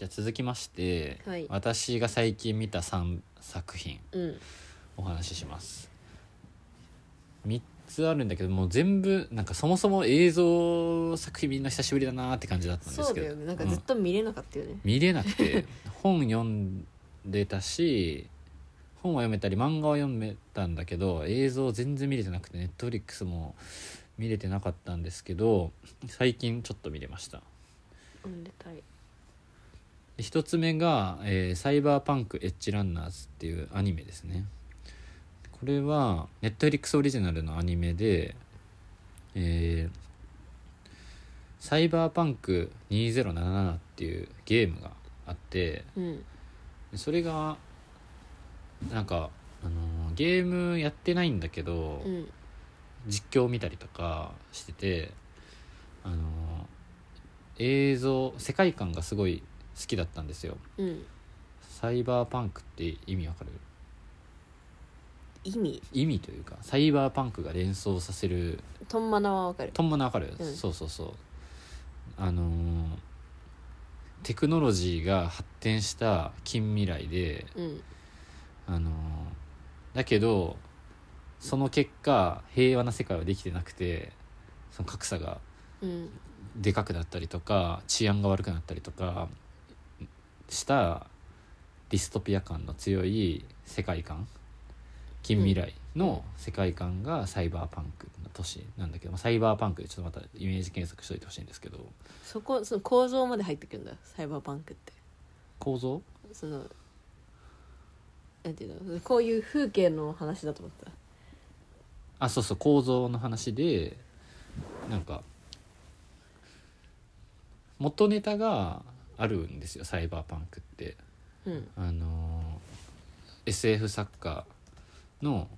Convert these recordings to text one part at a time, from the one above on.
ゃあ続きまして、はい私が最近見た3作品うんお話しします3つあるんだけどもう全部なんかそもそも映像作品みんな久しぶりだなーって感じだったんでそすうけだどよねなんかずっと見れなかったよね、見れなくて本読んでたし本は読めたり漫画は読めたんだけど映像全然見れてなくてネットフリックスも見れてなかったんですけど最近ちょっと見れました読んでたりで一つ目が、えーサイバーパンクエッジランナーズ」っていうアニメですねこれはネットフリックスオリジナルのアニメで、えーサイバーパンク2077」っていうゲームがあってうんでそれがなんか、あのーゲームやってないんだけど、うん実況を見たりとかしてて、あのー映像世界観がすごい好きだったんですようんサイバーパンクって意味わかる意味意味というかサイバーパンクが連想させるとんまなはわかるとんもなわかる、うんそうそうそうあのーテクノロジーが発展した近未来でうんあのーだけどその結果平和な世界はできてなくてその格差がうんでかくなったりとか治安が悪くなったりとかしたディストピア感の強い世界観近未来の世界観がサイバーパンクの都市なんだけど、まあサイバーパンクでちょっとまたイメージ検索しといてほしいんですけどそこその構造まで入ってくるんだサイバーパンクって構造そのなんていうのこういう風景の話だと思ったあそうそう構造の話でなんか元ネタがあるんですよサイバーパンクって。うんあのー SF 作家の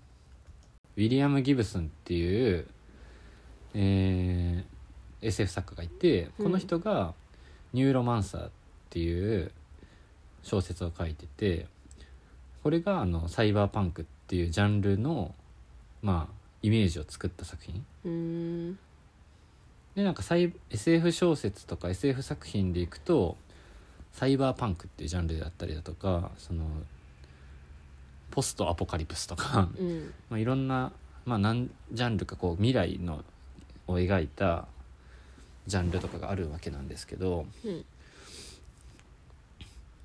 ウィリアム・ギブスンっていう、えー SF 作家がいてこの人が「ニューロマンサー」っていう小説を書いててこれがあのサイバーパンクっていうジャンルの、まあ、イメージを作った作品うーんでなんかサイ SF 小説とか SF 作品でいくとサイバーパンクっていうジャンルだったりだとかそのポストアポカリプスとか うんまあいろんな、まあ、何ジャンルかこう未来のを描いたジャンルとかがあるわけなんですけど、うん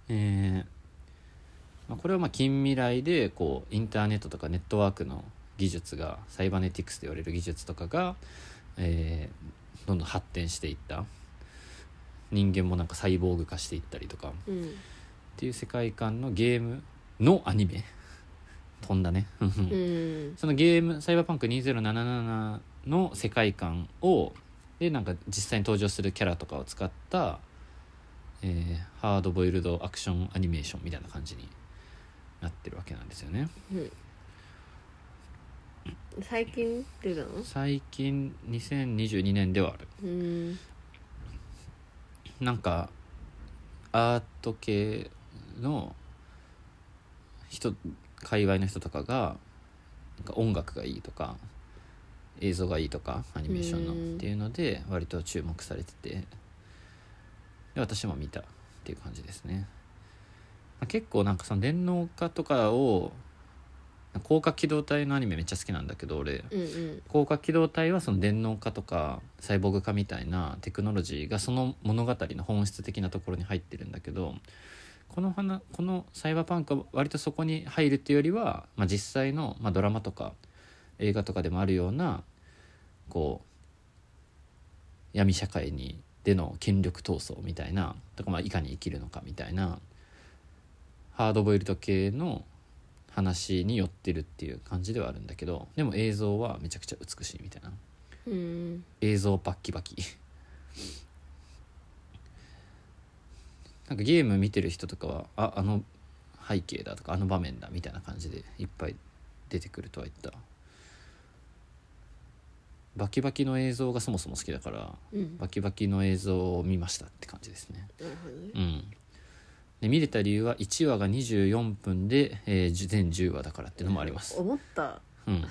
えーまあ、これはまあ近未来でこうインターネットとかネットワークの技術がサイバネティクスと言われる技術とかが、えーどんどん発展していった人間もなんかサイボーグ化していったりとかっうんていう世界観のゲームのアニメ飛んだねうんそのゲーム「サイバーパンク2077」の世界観をでなんか実際に登場するキャラとかを使った、えーハードボイルドアクションアニメーションみたいな感じになってるわけなんですよね最近出たの最近2022年ではあるうんなんかアート系の人界隈の人とかがなんか音楽がいいとか映像がいいとかアニメーションうのんっていうので割と注目されててで私も見たっていう感じですね、まあ結構なんかその電脳化とかを高架機動隊のアニメめっちゃ好きなんだけど俺うんうん高架機動隊はその電脳化とかサイボーグ化みたいなテクノロジーがその物語の本質的なところに入ってるんだけどこの花このサイバーパンクは割とそこに入るっていうよりは、まあ、実際の、まあ、ドラマとか映画とかでもあるようなこう闇社会にでの権力闘争みたいなとか、まあ、いかに生きるのかみたいなハードボイルド系の話に寄ってるっていう感じではあるんだけどでも映像はめちゃくちゃ美しいみたいなうん映像バッキバキ なんかゲーム見てる人とかはああの背景だとかあの場面だみたいな感じでいっぱい出てくるとは言ったバキバキの映像がそもそも好きだからうんバキバキの映像を見ましたって感じですねなるほどねうん、で見れた理由は1話が24分で、えー全10話だからっていうのもあります、思ったうん、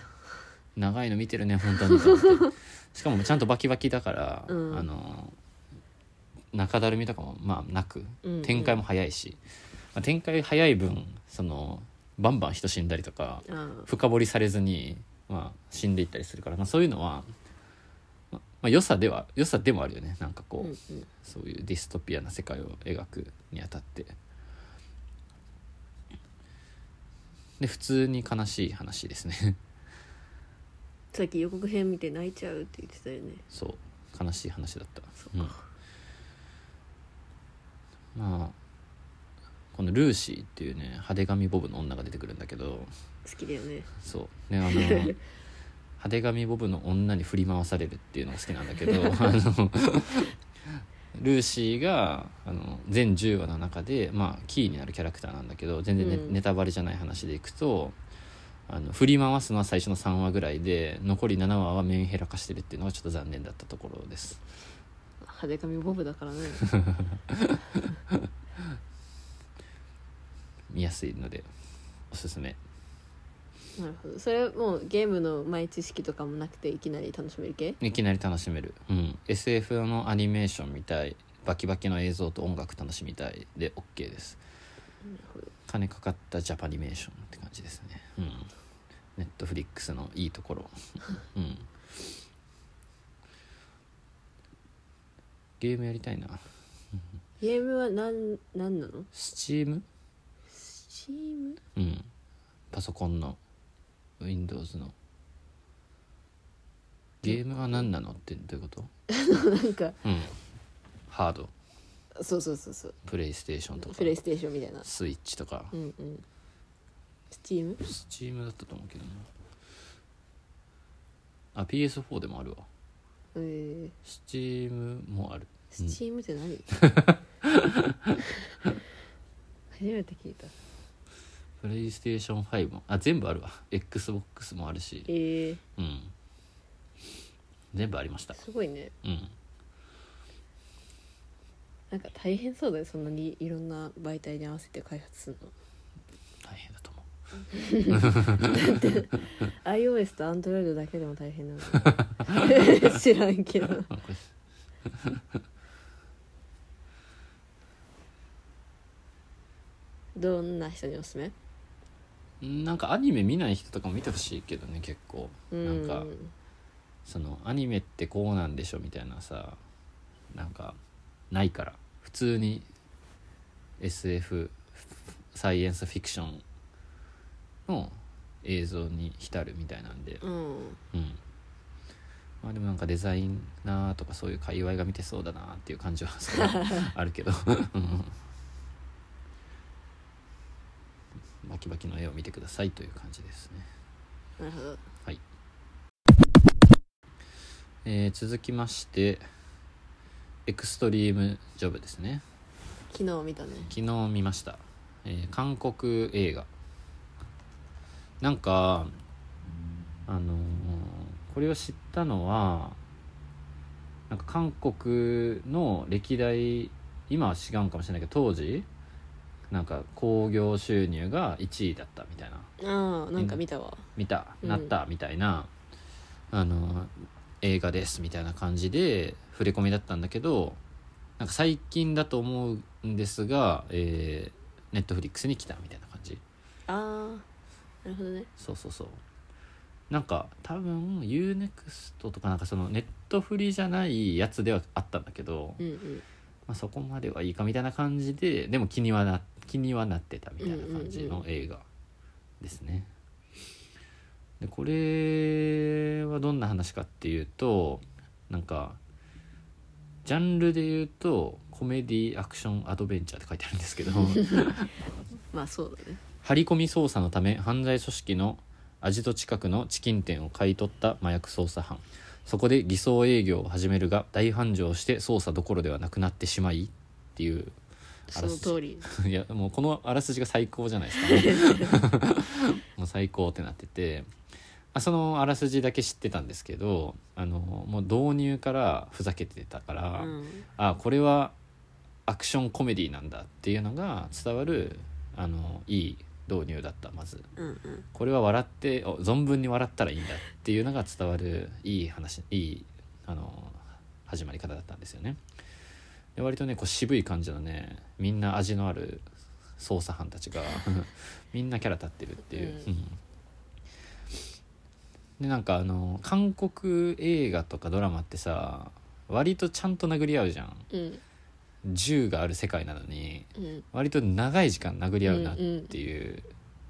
長いの見てるね本当にしかもちゃんとバキバキだから、うんあの中だるみとかもまあなくうんうん展開も早いし、まあ、展開早い分そのバンバン人死んだりとかあ深掘りされずに、まあ、死んでいったりするから、まあ、そういうのは、ままあ、良さでは良さでもあるよねなんかーこう、うんうんそういうディストピアな世界を描くにあたってで普通に悲しい話ですねさっき予告編見て泣いちゃうって言ってたよねそう悲しい話だったそうん、まあこのルーシーっていうね派手髪ボブの女が出てくるんだけど好きだよねそう ねあの派手髪ボブの女に振り回されるっていうのが好きなんだけど あのルーシーがあの全10話の中で、まあ、キーになるキャラクターなんだけど全然ネ,、うんネタバレじゃない話でいくとあの振り回すのは最初の3話ぐらいで残り7話はメンヘラ化してるっていうのがちょっと残念だったところです派手髪ボブだからね見やすいのでおすすめ なるほどそれはもうゲームの前知識とかもなくていきなり楽しめる系いきなり楽しめる、うん、SF のアニメーションみたいバキバキの映像と音楽楽しみたいで OK です金かかったジャパニメーションって感じですねうんネットフリックスのいいと ころうんゲームやりたいなゲームは何何なのスチームチームうんパソコンの Windows のゲームは何なのってどういうことなんかうんハードそうそうそうそうプレイステーションとかプレイステーションみたいなスイッチとかうんうんスチームスチームだったと思うけどなあ PS4 でもあるわえー、スチームもあるスチームって何、初めて聞いたプレイステーション5もあ全部あるわ XBOX もあるしえー、うん全部ありましたすごいねうんなんか大変そうだよそんなにいろんな媒体に合わせて開発する大変だと思うの iOS と Android だけでも大変な の知らんけどあこれどんな人におすすめなんかアニメ見ない人とかも見てほしいけどね結構うなんんかそのアニメってこうなんでしょみたいなさなんかないから普通に SF サイエンスフィクションの映像に浸るみたいなんでうんうんまあでもなんかデザイナーとかそういう界隈が見てそうだなっていう感じは すごいあるけどうんバキバキの絵を見てくださいという感じですねなるほどえー続きましてエクストリームジョブですね昨日見たね昨日見ました、えー韓国映画なんかあのーこれを知ったのはなんか韓国の歴代今は違うんかもしれないけど当時なんか興行収入が1位だったみたいなああなんか見たわ見たうんなったみたいな、あの映画ですみたいな感じで触れ込みだったんだけどなんか最近だと思うんですが、えネットフリックスに来たみたいな感じああなるほどねそうそうそうなんか多分 UNEXT とかなんかそのネットフリじゃないやつではあったんだけど、うんうんまあ、そこまではいいかみたいな感じででも気にはな気にはなってたみたいな感じの映画ですね。でこれはどんな話かっていうとなんかジャンルで言うとコメディアクションアドベンチャーって書いてあるんですけどまあそうだね張り込み捜査のため犯罪組織のアジト近くのチキン店を買い取った麻薬捜査班そこで偽装営業を始めるが大繁盛して捜査どころではなくなってしまいっていうあそらのすじ通りいやもうこのあらすじが最高じゃないですか、ね、 もう最高ってなっててあそのあらすじだけ知ってたんですけどあのもう導入からふざけてたかうら、んあこれはアクションコメディなんだっていうのが伝わるあのいい導入だったまずうんうんこれは笑ってお存分に笑ったらいいんだっていうのが伝わるいい話いいあの始まり方だったんですよね。で割とねこう渋い感じのねみんな味のある捜査班たちが みんなキャラ立ってるっていう、うんうんでなんかあの韓国映画とかドラマってさ割とちゃんと殴り合うじゃんうん銃がある世界なのにうん割と長い時間殴り合うなっていう、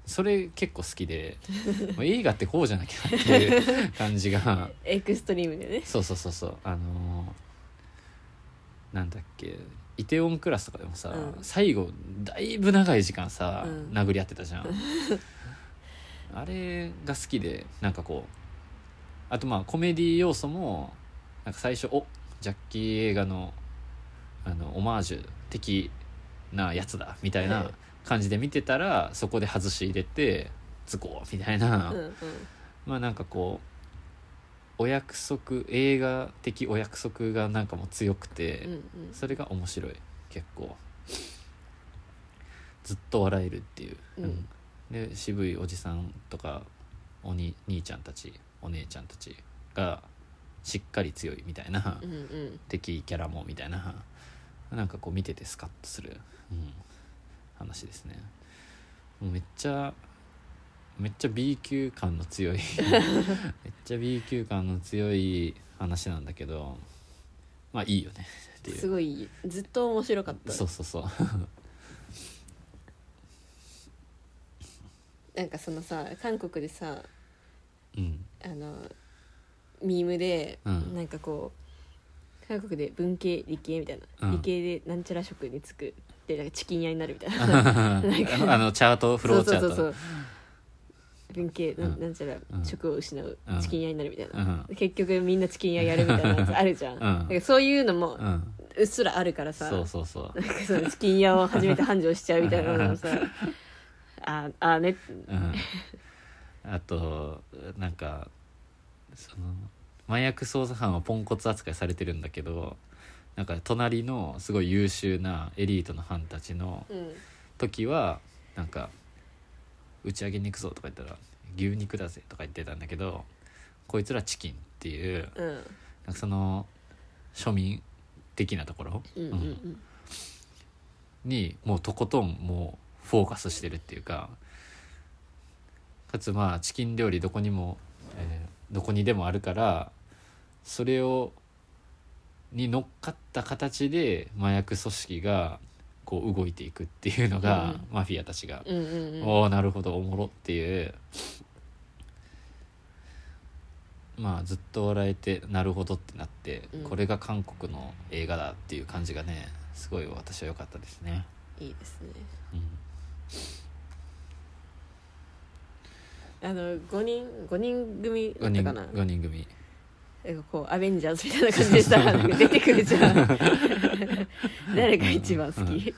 それ結構好きでもう映画ってこうじゃなきゃっていう感じがエクストリームでねそうそうそうそうあのーなんだっけイテウォンクラスとかでもさ、うん最後だいぶ長い時間さ、うん殴り合ってたじ ゃんあれが好きでなんかこうあとまあコメディ要素もなんか最初おジャッキー映画のあのオマージュ的なやつだみたいはない感じで見てたらそこで外し入れてズコーみたいな、うんうんまあなんかこうお約束映画的お約束がなんかもう強くて、うんうんそれが面白い結構ずっと笑えるっていう、うんうんで渋いおじさんとかおに兄ちゃんたちお姉ちゃんたちがしっかり強いみたいな、うんうん敵キャラもみたいななんかこう見ててスカッとする、うん、話ですねもうめっちゃめっちゃ B 級感の強い めっちゃ B 級感の強い話なんだけどまあいいよねっていうすごいずっと面白かったそうそうそうなんかそのさ韓国でさうんあのミームで、うんなんかこう韓国で文系理系みたいな、うん理系でなんちゃら職に就くでなんかチキン屋になるみたいな あのチャートフローチャートそうそうそうそう文系な,、うんん、なんちゃらうん職を失う、うんチキン屋になるみたいな、うん結局みんなチキン屋やるみたいなやつあるじゃん、んなんかそういうのもうんうっすらあるからさ、そうそうそうなんかそのチキン屋を初めて繁盛しちゃうみたいなのをさああねうんあとなんかその麻薬捜査班はポンコツ扱いされてるんだけどなんか隣のすごい優秀なエリートの班たちのうん時はなんか「打ち上げに行くぞ」とか言ったら「牛肉だぜ」とか言ってたんだけどこいつらチキンっていううんなんかその庶民的なところ、うんうんううんんにもうとことんもうフォーカスしてるっていうかかつまあチキン料理どこにも、えーどこにでもあるからそれをに乗っかった形で麻薬組織がこう動いていくっていうのが、マフィアたちが、うんうんうんおおなるほどおもろっていうまあずっと笑えてなるほどってなって、うんこれが韓国の映画だっていう感じがねすごい私は良かったですね、いいですねうんあの5人5人組だ5った人かな5人組なんかこうアベンジャーズみたいな感じでさな んか出てくるじゃん誰が一番好うんきい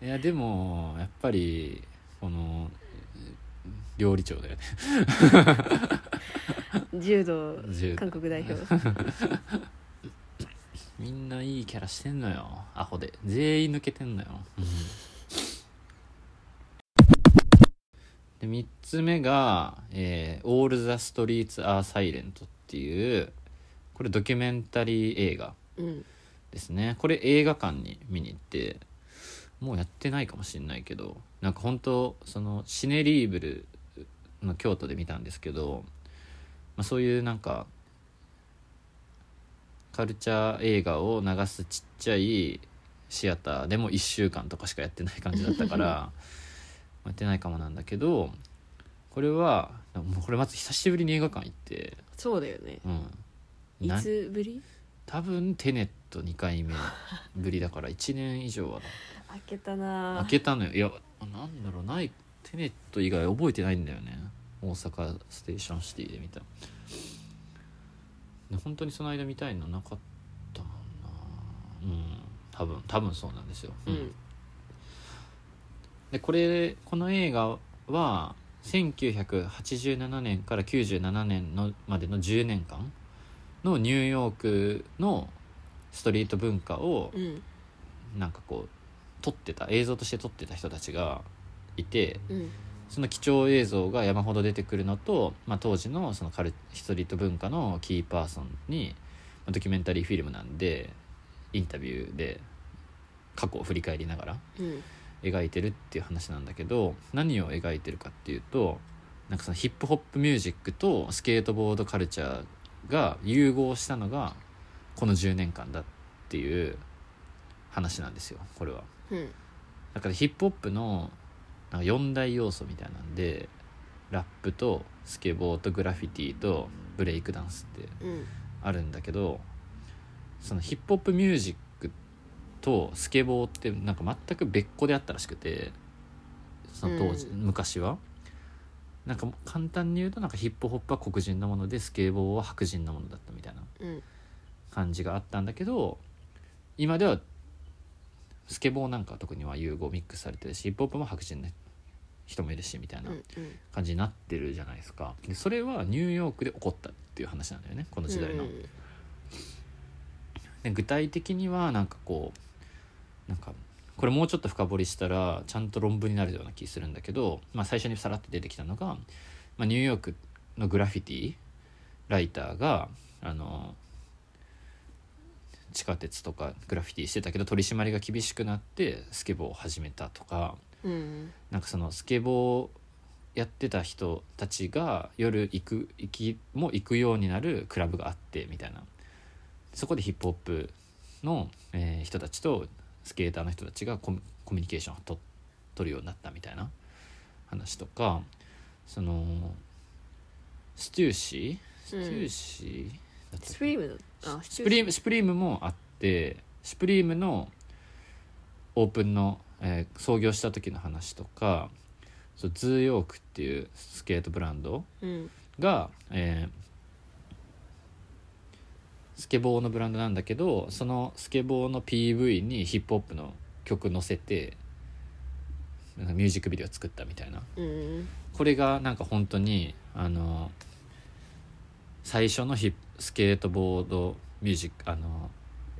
やでもやっぱりこの料理長だよね 柔道柔道韓国代 表みんないいキャラしてんのよアホで全員抜けてんのよ、うんで3つ目が「えー、All the Streets Are Silent」っていうこれドキュメンタリー映画うんですねこれ映画館に見に行ってもうやってないかもしれないけどなんか本当そのシネリーブルの京都で見たんですけど、まあ、そういうなんかカルチャー映画を流すちっちゃいシアターでも1週間とかしかやってない感じだった からまあやってないかもなんだけどこれはもうこれまず久しぶりに映画館行って、そうだよねうん、いなつぶり多分テネット2回目ぶりだ から1年以上は開けたな開けたのよいやなんだろうないテネット以外覚えてないんだよね大阪ステーションシティで見たで本当にその間見たいのなかったもんなうん多分多分そうなんですよ、うんでこれこの映画は1987年から97年のまでの10年間のニューヨークのストリート文化をうんなんかこう撮ってた映像として撮ってた人たちがいてうんその貴重映像が山ほど出てくるのと、まあ、当時のそのカルストリート文化のキーパーソンにまあドキュメンタリーフィルムなんでインタビューで過去を振り返りながらうん描いてるっていう話なんだけど何を描いてるかっていうとなんかそのヒップホップミュージックとスケートボードカルチャーが融合したのがこの10年間だっていう話なんですよこれは。うんだからヒップホップのなんか4大要素みたいなんでラップとスケボーとグラフィティとブレイクダンスってうんあるんだけどそのヒップホップミュージックとスケボーってなんか全く別個であったらしくてその当時、うん昔はなんか簡単に言うとなんかヒップホップは黒人のものでスケボーは白人のものだったみたいなうん感じがあったんだけど今ではスケボーなんかは特には融合ミックスされてるしヒップホップも白人の人もいるしみたいなうんうん感じになってるじゃないですかでそれはニューヨークで起こったっていう話なんだよねこの時代の。で具体的にはなんかこうなんかこれもうちょっと深掘りしたらちゃんと論文になるような気するんだけど、まあ、最初にさらっと出てきたのが、まあ、ニューヨークのグラフィティライターがあの地下鉄とかグラフィティしてたけど取り締まりが厳しくなってスケボーを始めたとかうんなんかそのスケボーやってた人たちが夜行く行きも行くようになるクラブがあってみたいなそこでヒップホップの、えー人たちとスケーターの人たちがコミコミュニケーションをと取るようになったみたいな話とかそのステューシーステューシーだったっけスプリームのあスプリームスプリームもあってスプリームのオープンの、えー創業した時の話とかそうズーヨークっていうスケートブランドうんが、えースケボーのブランドなんだけどそのスケボーの PV にヒップホップの曲載せてなんかミュージックビデオ作ったみたいなうんこれがなんか本当にあの最初のヒップスケートボードミュージックあの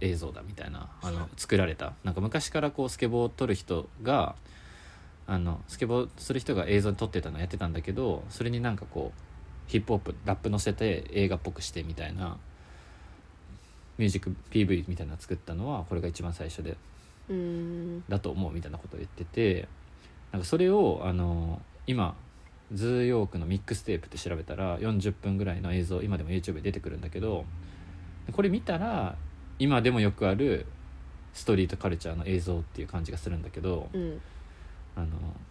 映像だみたいなあの作られたなんか昔からこうスケボーを撮る人があのスケボーする人が映像に撮ってたのやってたんだけどそれになんかこうヒップホップラップ乗せて映画っぽくしてみたいなミュージック PV みたいなの作ったのはこれが一番最初でうんだと思うみたいなことを言っててなんかそれをあの今ズーヨークのミックステープって調べたら40分ぐらいの映像今でも YouTube で出てくるんだけどこれ見たら今でもよくあるストリートカルチャーの映像っていう感じがするんだけど、うんあの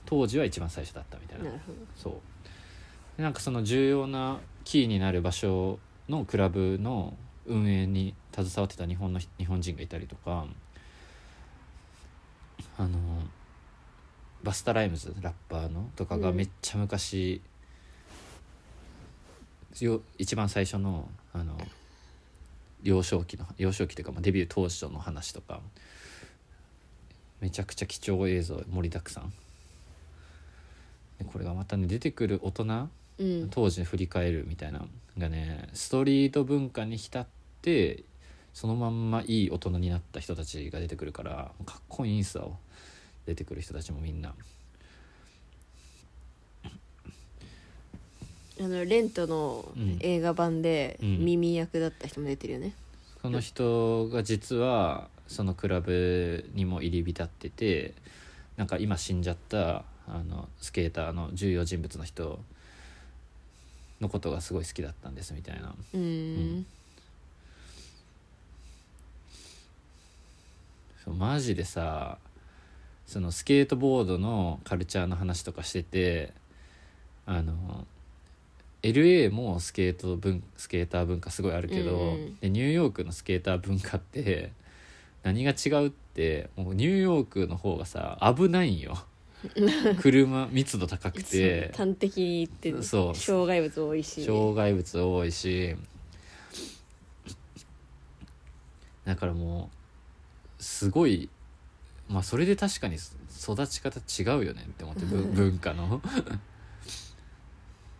当時は一番最初だったみたいななるほどそうでなんかその重要なキーになる場所のクラブの運営に携わってた日本の日本人がいたりとかあのバスタ・ライムズラッパーのとかがうんめっちゃ昔、よ一番最初のあの幼少期の幼少期というか、まあ、デビュー当初の話とかめちゃくちゃ貴重映像盛りだくさんでこれがまたね出てくる大人うん当時振り返るみたいなのがねストリート文化に浸ってそのまんまいい大人になった人たちが出てくるからかっこいいんすよ出てくる人たちもみんなあのレントのうん映画版でうん耳役だった人も出てるよねその人が実はそのクラブにも入り浸っててなんか今死んじゃったあのスケーターの重要人物の人のことがすごい好きだったんですみたいなうんんそうマジでさそのスケートボードのカルチャーの話とかしててあの LA もスケート文スケーター文化すごいあるけど、うんうんでニューヨークのスケーター文化って何が違うってもうニューヨークの方がさ危ないん よ車密度高くてそう端的に言ってるそう障害物多いし障害物多いしだからもうすごいまあそれで確かに育ち方違うよねって思ってぶ 文化の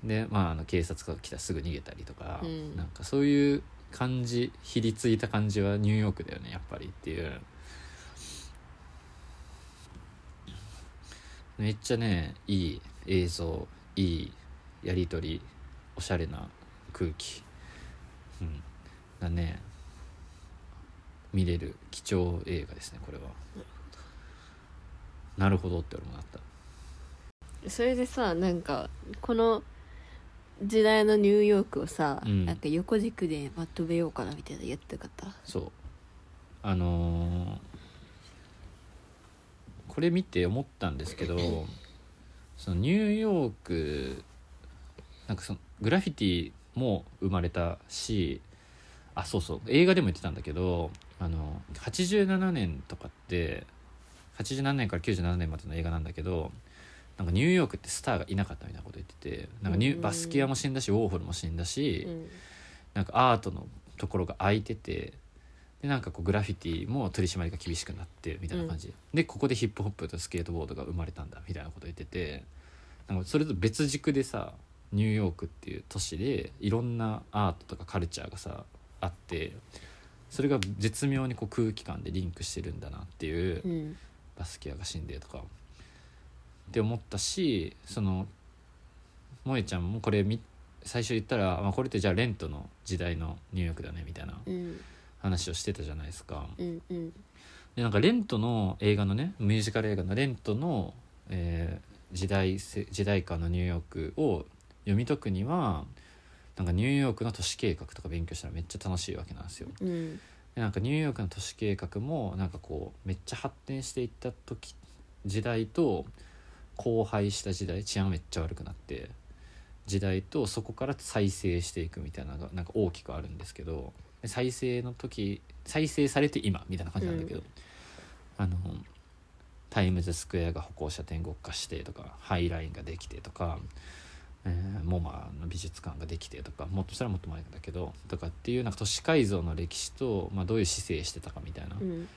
でまああの警察が来たらすぐ逃げたりとか、うんなんかそういう感じひりついた感じはニューヨークだよねやっぱりっていうめっちゃねいい映像いいやり取りおしゃれな空気、うん、がね見れる貴重映画ですねこれは。なるほどって俺もなったそれでさなんかこの時代のニューヨークをさ、うんなんか横軸でまとめようかなみたいなやってなかったそうあのーこれ見て思ったんですけどそのニューヨークなんかそのグラフィティも生まれたしあそうそう映画でも言ってたんだけどあの87年とかって87年から97年までの映画なんだけどなんかニューヨークってスターがいなかったみたいなこと言っててなんかニューうんバスキアも死んだしウォーホルも死んだし、うんなんかアートのところが空いててでなんかこうグラフィティも取り締まりが厳しくなってみたいな感じ、でここでヒップホップとスケートボードが生まれたんだみたいなこと言っててなんかそれと別軸でさニューヨークっていう都市でいろんなアートとかカルチャーがさあってそれが絶妙にこう空気感でリンクしてるんだなっていううんバスキアが死んでとかって思ったしその萌ちゃんもこれみ最初言ったら、まあ、これってじゃあレントの時代のニューヨークだねみたいなうん話をしてたじゃないですか。うんうんでなんかレントの映画のねミュージカル映画のレントの、えー時代せ時代感のニューヨークを読み解くにはなんかニューヨークの都市計画とか勉強したらめっちゃ楽しいわけなんですよ。うんでなんかニューヨークの都市計画もなんかこうめっちゃ発展していった時時代と荒廃した時代治安めっちゃ悪くなって時代とそこから再生していくみたいなのがなんか大きくあるんですけどで再生の時再生されて今みたいな感じなんだけど、あのタイムズスクエアが歩行者天国化してとかハイラインができてとか、えーモマの美術館ができてとかもっとそれはもっと前だけどとかっていうなんか都市改造の歴史と、まあ、どういう姿勢してたかみたいなうん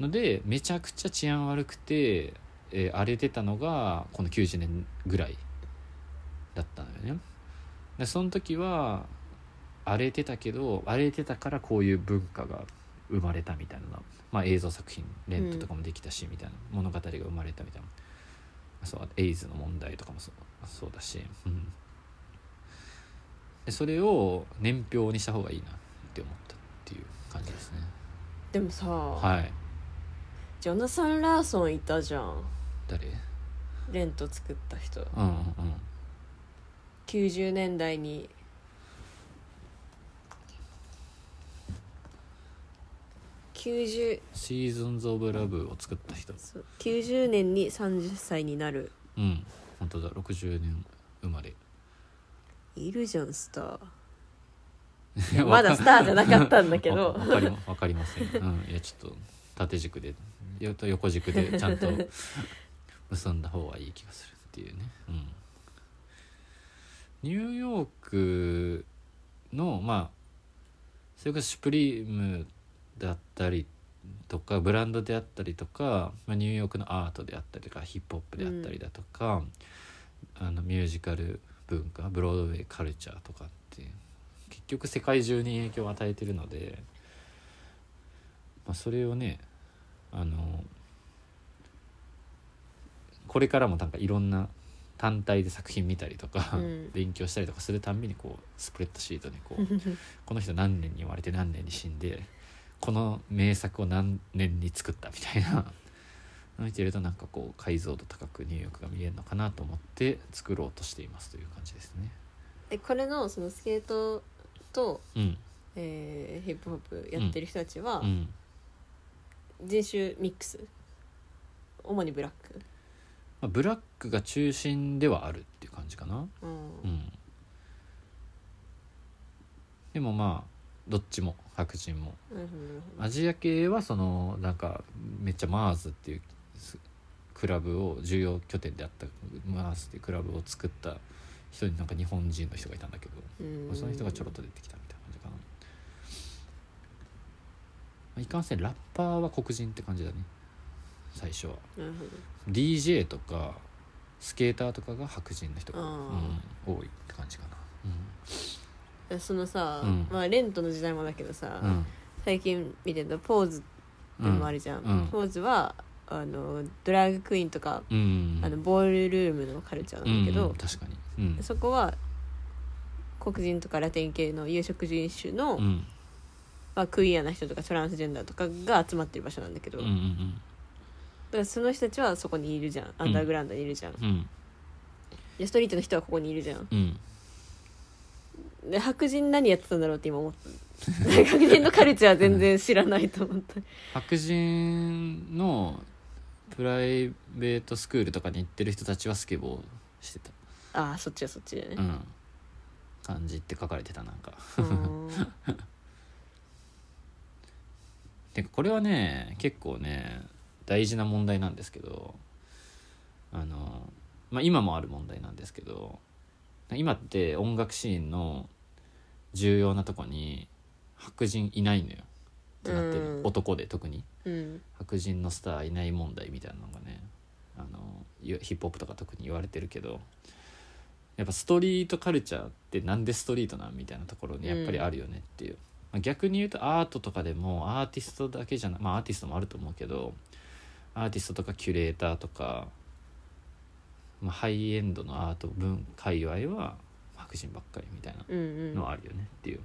のでめちゃくちゃ治安悪くて、えー荒れてたのがこの90年ぐらいだったのよねでその時は荒れてたけど荒れてたからこういう文化が生まれたみたいな、まあ、映像作品レントとかもできたし、みたいな物語が生まれたみたいなそうエイズの問題とかもそうそうだし、うん、でそれを年表にした方がいいなって思ったっていう感じですねでもさ、はいジョナサン・ラーソンいたじゃん誰レント作った人うんうんうん90年代に90シーズンズ・オブ・ラブを作った人そう90年に30歳になるうん本当だ60年生まれいるじゃんスターいやまだスターじゃなかったんだけ わどわかりまわかりません、うん、いやちょっと縦軸でよと横軸でちゃんと結んだ方がいい気がするっていうね、うん、ニューヨークのまあそれこそ「シュプリーム」だったりとかブランドであったりとか、まあ、ニューヨークのアートであったりとかヒップホップであったりだとか、あのミュージカル文化ブロードウェイカルチャーとかって結局世界中に影響を与えてるので、まあ、それをねあのこれからもなんかいろんな単体で作品見たりとか、うん 勉強したりとかするたんびにこうスプレッドシートにこ うこの人何年に生まれて何年に死んでこの名作を何年に作ったみたいな 見てるとなんかこう解像度高くニューヨークが見えるのかなと思って作ろうとしていますという感じですね。でこれのそのスケートと、うん、えーヒップホップやってる人たちはうん人種ミックス主にブラック、まあ、ブラックが中心ではあるっていう感じかな、うんうん、でもまあどっちも白人もなるほどなるほアジア系はそのなんかめっちゃマーズっていうすクラブを重要拠点であったマーズっていうクラブを作った人になんか日本人の人がいたんだけど、どうんその人がちょろっと出てきたみたいな感じかな、まあ、いかんせんラッパーは黒人って感じだね最初はなるほど DJ とかスケーターとかが白人の人が、うあん、多いって感じかなでそのさ、うんまあレントの時代もだけどさ、うん、うん最近見てたポーズでもあるじゃん、うんポーズはあのドラッグクイーンとか、うんあのボールルームのカルチャーうなんだけど、うん、確かにうんそこは黒人とかラテン系の有色人種の、うんまあ、クイアな人とかトランスジェンダーとかが集まってる場所なんだけど、うんうんからその人たちはそこにいるじゃんアンダーグラウンドにいるじゃん、うんでストリートの人はここにいるじゃんうんで白人何やってたんだろうって今思った白人のカルチャー全然知らないと思った白人のプライベートスクールとかに行ってる人たちはスケボーしてた、ああそっちはそっちだよねうん、感じって書かれてたなんかうんてかこれはね結構ね大事な問題なんですけどあの、まあ、今もある問題なんですけど今って音楽シーンの重要なとこに白人いないのよってなってる、うん男で特にうん白人のスターいない問題みたいなのがねあのゆヒップホップとか特に言われてるけどやっぱストリートカルチャーってなんでストリートなんみたいなところにやっぱりあるよねっていう、まあ逆に言うとアートとかでもアーティストだけじゃなまあアーティストもあると思うけどアーティストとかキュレーターとか、まあ、ハイエンドのアート文界隈は白人ばっかりみたいなうんうんのはあるよねっていう、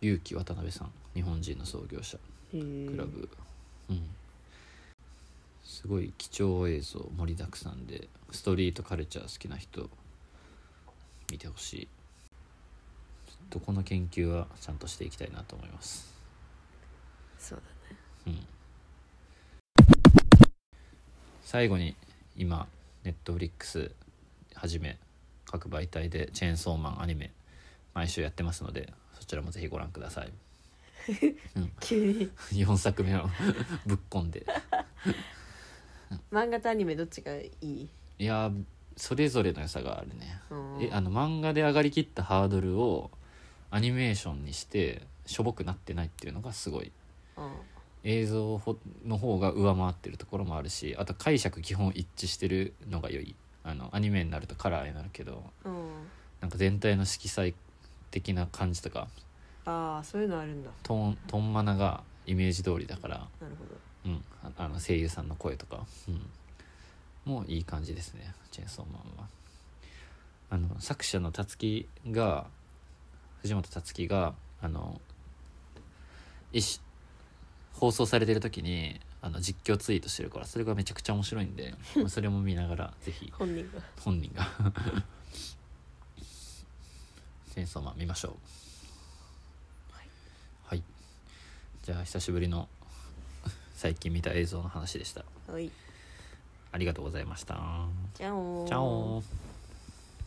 勇気渡辺さん日本人の創業者へークラブうんすごい貴重映像盛りだくさんでストリートカルチャー好きな人見てほしいちょっとこの研究はちゃんとしていきたいなと思いますそうだうん最後に今ネットフリックスはじめ各媒体で「チェーンソーマン」アニメ毎週やってますのでそちらもぜひご覧ください急に4作目を ぶっこんで漫画とアニメどっちがいいいやーそれぞれの良さがあるねうんえあの漫画で上がりきったハードルをアニメーションにしてしょぼくなってないっていうのがすごいうん映像ほの方が上回ってるところもあるしあと解釈基本一致してるのが良いあのアニメになるとカラーになるけどうんなんか全体の色彩的な感じとかああそういうのあるんだトーントーンマナがイメージ通りだから、なるほどうん、ああの声優さんの声とか、うん、もういい感じですねチェーンソーマンは。あの作者のたつきが藤本たつきがあの一放送されてる時にあの実況ツイートしてるからそれがめちゃくちゃ面白いんでまあそれも見ながらぜひ本人が本人がチェーンソーマン見ましょうはい、じゃあ久しぶりの最近見た映像の話でしたはいありがとうございましたじゃおチャオ